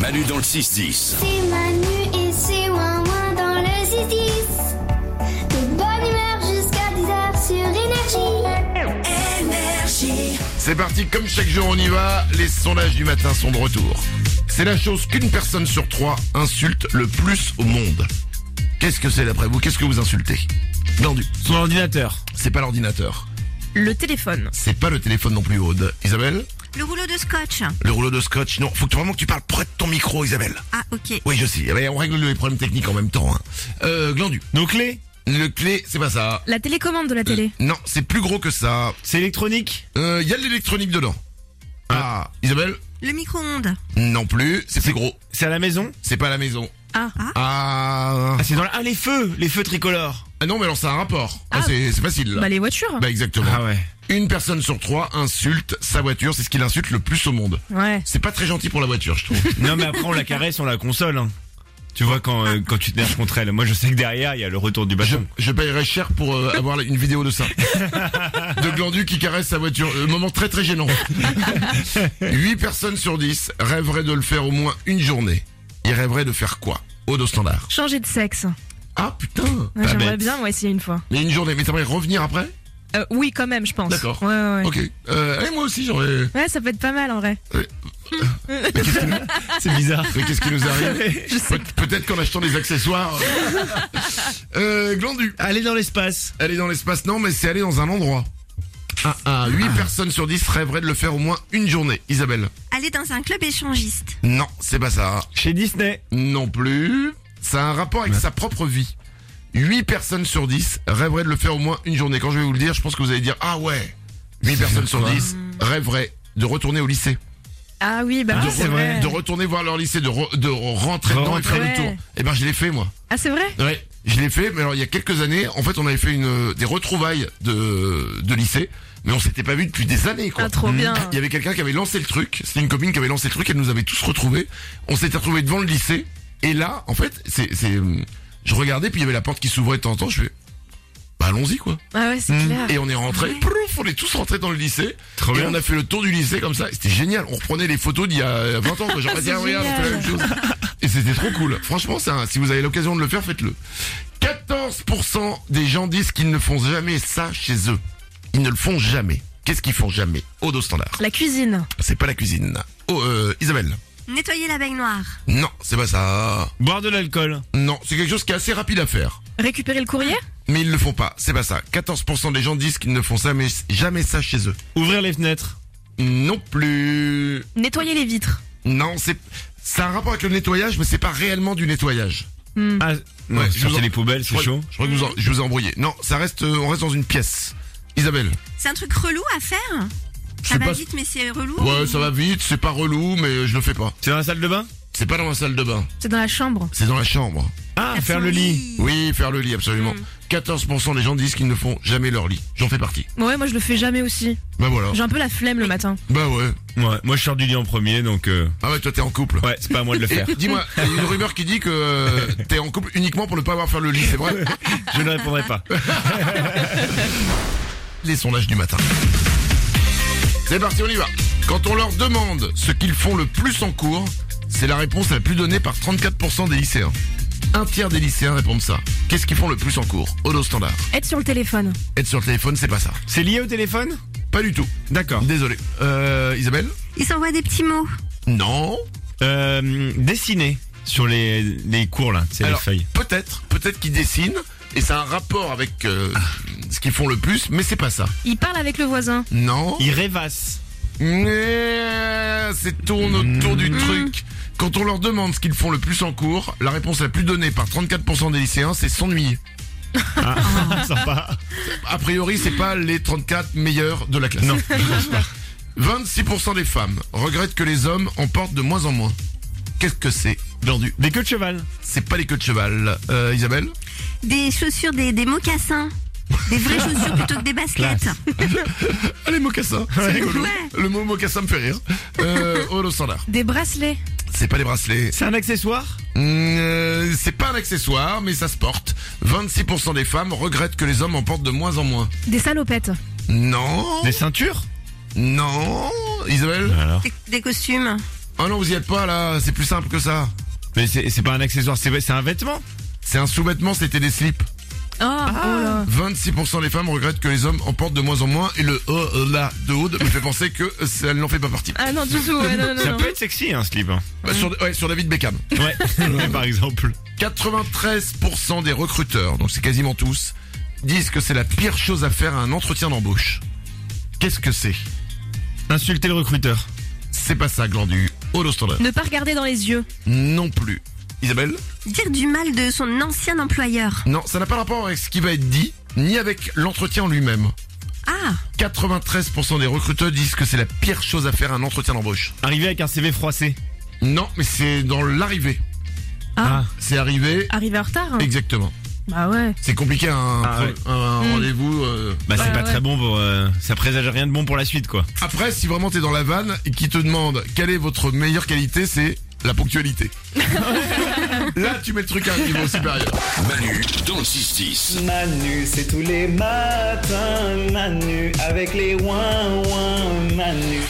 Manu dans le 6-10. C'est Manu et c'est Wawa dans le 6-10. De bonne humeur jusqu'à 10h sur Énergie. C'est parti, comme chaque jour on y va, les sondages du matin sont de retour. C'est la chose qu'une personne sur trois insulte le plus au monde. Qu'est-ce que c'est d'après vous Qu'est-ce que vous insultez Glandu. Son ordinateur. C'est pas l'ordinateur. Le téléphone. C'est pas le téléphone non plus, Aude. Isabelle Le rouleau de scotch. Le rouleau de scotch Non, faut que tu, vraiment que tu parles près de ton micro, Isabelle. Ah, ok. Oui, je sais. Eh ben, On règle les problèmes techniques en même temps. hein. Euh, Glandu. Nos clés. Le clé, c'est pas ça. La télécommande de la télé. Non, c'est plus gros que ça. C'est électronique. Il Euh, y a de l'électronique dedans. Ah, Isabelle Euh, Le micro-ondes. Non plus, c'est plus gros. C'est à la maison. C'est pas à la maison. Ah. Ah. Ah, c'est dans la... Ah, les feux. Les feux tricolores. Ah non, mais alors ça a un rapport. Ah, Ah. c'est c'est facile. Là. Bah les voitures. Bah, exactement. Ah ouais. Une personne sur trois insulte sa voiture, c'est ce qu'il insulte le plus au monde. Ouais. C'est pas très gentil pour la voiture, je trouve. Non, mais après, on la caresse, on la console. hein. Tu vois, quand, euh, quand tu te nerves contre elle. Moi, je sais que derrière, il y a le retour du je, bâton. je paierais cher pour euh, avoir une vidéo de ça. de Glandu qui caresse sa voiture. Euh, moment très très gênant. 8 personnes sur 10 rêveraient de le faire au moins une journée. Ils rêveraient de faire quoi Aude Au dos standard. Changer de sexe. Ah putain Ouais, Pas J'aimerais bête. bien moi essayer une fois. Mais une journée, mais t'aimerais revenir après Euh, oui quand même je pense. D'accord. Ouais ouais. ouais. Ok. Euh, et moi aussi j'aurais... Ouais ça peut être pas mal en vrai. C'est bizarre. Mais qu'est-ce qui nous arrive Peut- Peut-être qu'en achetant des accessoires... euh, Glandu. Aller dans l'espace. Aller dans l'espace, non, mais c'est aller dans un endroit. Ah, ah, 8 personnes sur 10 rêveraient de le faire au moins une journée. Isabelle. Aller dans un club échangiste. Non, c'est pas ça. Chez Disney. Non plus. Ça a un rapport avec sa propre vie. 8 personnes sur 10 rêveraient de le faire au moins une journée. Quand je vais vous le dire, je pense que vous allez dire, ah ouais. 8 personnes sur 10 rêveraient de retourner au lycée. Ah oui bah Ah, oui, c'est vrai. Ouais. De retourner voir leur lycée, de, re- de rentrer dedans et faire le Ouais. tour. Eh ben, je l'ai fait, moi. Ah c'est vrai. Ouais, je l'ai fait, mais alors il y a quelques années, en fait, on avait fait une des retrouvailles de de lycée, mais on s'était pas vu depuis des années quoi. Ah trop bien. Il y avait quelqu'un qui avait lancé le truc, c'était une copine qui avait lancé le truc, elle nous avait tous retrouvés. On s'était retrouvés devant le lycée et là, en fait, c'est c'est je regardais puis il y avait la porte qui s'ouvrait de temps en temps, je fais bah allons-y quoi. Ah ouais c'est clair. Mm. Et on est rentré, plouf, on est tous rentrés dans le lycée. Trop et bien. on a fait le tour du lycée comme ça, c'était génial. On reprenait les photos d'il y a 20 ans, quoi. genre, C'est tiens, regarde, on fait la génial. même chose. Et c'était trop cool. Franchement, c'est un- si vous avez l'occasion de le faire, faites-le. 14% des gens disent qu'ils ne font jamais ça chez eux. Ils ne le font jamais. Qu'est-ce qu'ils font jamais Au dos standard. La cuisine. C'est pas la cuisine. Oh, euh, Isabelle. Nettoyer la baignoire. Non, c'est pas ça. Boire de l'alcool. Non, c'est quelque chose qui est assez rapide à faire. Récupérer le courrier. Mais ils le font pas. C'est pas ça. 14% des gens disent qu'ils ne font jamais, jamais ça chez eux. Ouvrir les fenêtres. Non plus. Nettoyer les vitres. Non, c'est c'est un rapport avec le nettoyage, mais c'est pas réellement du nettoyage. Ah, non, Ouais, je vous sortir en- les poubelles, Je c'est crois, chaud. je crois que vous en- je vous ai embrouillé. Non, ça reste, euh, on reste dans une pièce. Isabelle. C'est un truc relou à faire sais Ça va pas- vite, mais c'est relou. Ouais, ça va vite, c'est pas relou, mais euh, je le fais pas. C'est dans la salle de bain C'est pas dans la salle de bain, C'est dans la chambre. c'est dans la chambre. Ah, Faire faire son le lit. Oui, faire le lit, absolument. 14% des gens disent qu'ils ne font jamais leur lit. J'en fais partie. Ouais moi je le fais jamais aussi. Bah voilà. J'ai un peu la flemme le matin. Bah ouais. Ouais, moi je sors du lit en premier, donc euh, Ah ouais, toi t'es en couple. ouais, c'est pas à moi de le Et faire. dis-moi, il y a une rumeur qui dit que euh, t'es en couple uniquement pour ne pas avoir fait le lit, c'est vrai Je ne répondrai pas. les sondages du matin. C'est parti, on y va. Quand on leur demande ce qu'ils font le plus en cours, c'est la réponse la plus donnée par 34% des lycéens. Un tiers des lycéens répondent ça. Qu'est-ce qu'ils font le plus en cours Au dos standard. Être sur le téléphone. Être sur le téléphone, c'est pas ça. C'est lié au téléphone Pas du tout. D'accord. Désolé. Euh, Isabelle Ils s'envoient des petits mots. Non. Euh, dessiner sur les, les cours là, c'est les Alors, feuilles. peut-être, peut-être qu'ils dessinent, et ça a un rapport avec euh, ce qu'ils font le plus, mais c'est pas ça. Il parle avec le voisin. Non. Ils rêvassent. Mais C'est tourne autour Mm. du truc. Quand on leur demande ce qu'ils font le plus en cours, la réponse la plus donnée par 34% des lycéens, c'est s'ennuyer. Ah, sympa. A priori, c'est pas les 34 meilleurs de la classe. Non, je pense pas. 26% des femmes regrettent que les hommes en portent de moins en moins. Qu'est-ce que c'est Vendu. Des queues de cheval. C'est pas les queues de cheval. Euh, Isabelle Des chaussures, des, des mocassins. Des vraies chaussures plutôt que des baskets. Ah, les mocassins. C'est rigolo. Le mot mocassin me fait rire. Euh, Olo Standard. Des bracelets. C'est pas les bracelets. C'est un accessoire Euh, c'est pas un accessoire, mais ça se porte. 26% des femmes regrettent que les hommes en portent de moins en moins. Des salopettes. Non. Des ceintures Non. Isabelle Alors. Des, des costumes. Oh non, vous y êtes pas là, c'est plus simple que ça. Mais c'est c'est pas un accessoire, c'est c'est un vêtement. C'est un sous-vêtement, c'était des slips. Oh là. 26% des femmes regrettent que les hommes en portent de moins en moins et le oh euh, là de Aude me fait penser que ça n'en fait pas partie. Ah non, du tout. ouais, non, non, ça non. peut être sexy un slip. hein. Bah, sur, ouais, sur David Beckham. Ouais. Ouais, par exemple. 93% des recruteurs, donc c'est quasiment tous, disent que c'est la pire chose à faire à un entretien d'embauche. Qu'est-ce que c'est Insulter le recruteur. C'est pas ça, Glandu. Aude Ostender. Ne pas regarder dans les yeux. Non plus. Isabelle Dire du mal de son ancien employeur. Non, ça n'a pas rapport avec ce qui va être dit, ni avec l'entretien en lui-même. Ah 93% des recruteurs disent que c'est la pire chose à faire à un entretien d'embauche. Arriver avec un CV froissé. Non, mais c'est dans l'arrivée. Ah. C'est arrivé, Arriver en retard. hein. exactement. Bah ouais. C'est compliqué un, Ah pre- ouais. un Hmm. rendez-vous. euh. Bah c'est Ouais, pas ouais. très bon pour. euh, ça présage rien de bon pour la suite quoi. Après, si vraiment t'es dans la vanne et qui te demande quelle est votre meilleure qualité, c'est la ponctualité. Là, tu mets le truc à un niveau supérieur. Manu dans le 6-10. Manu, c'est tous les matins, Manu, avec les ouin ouin Manu.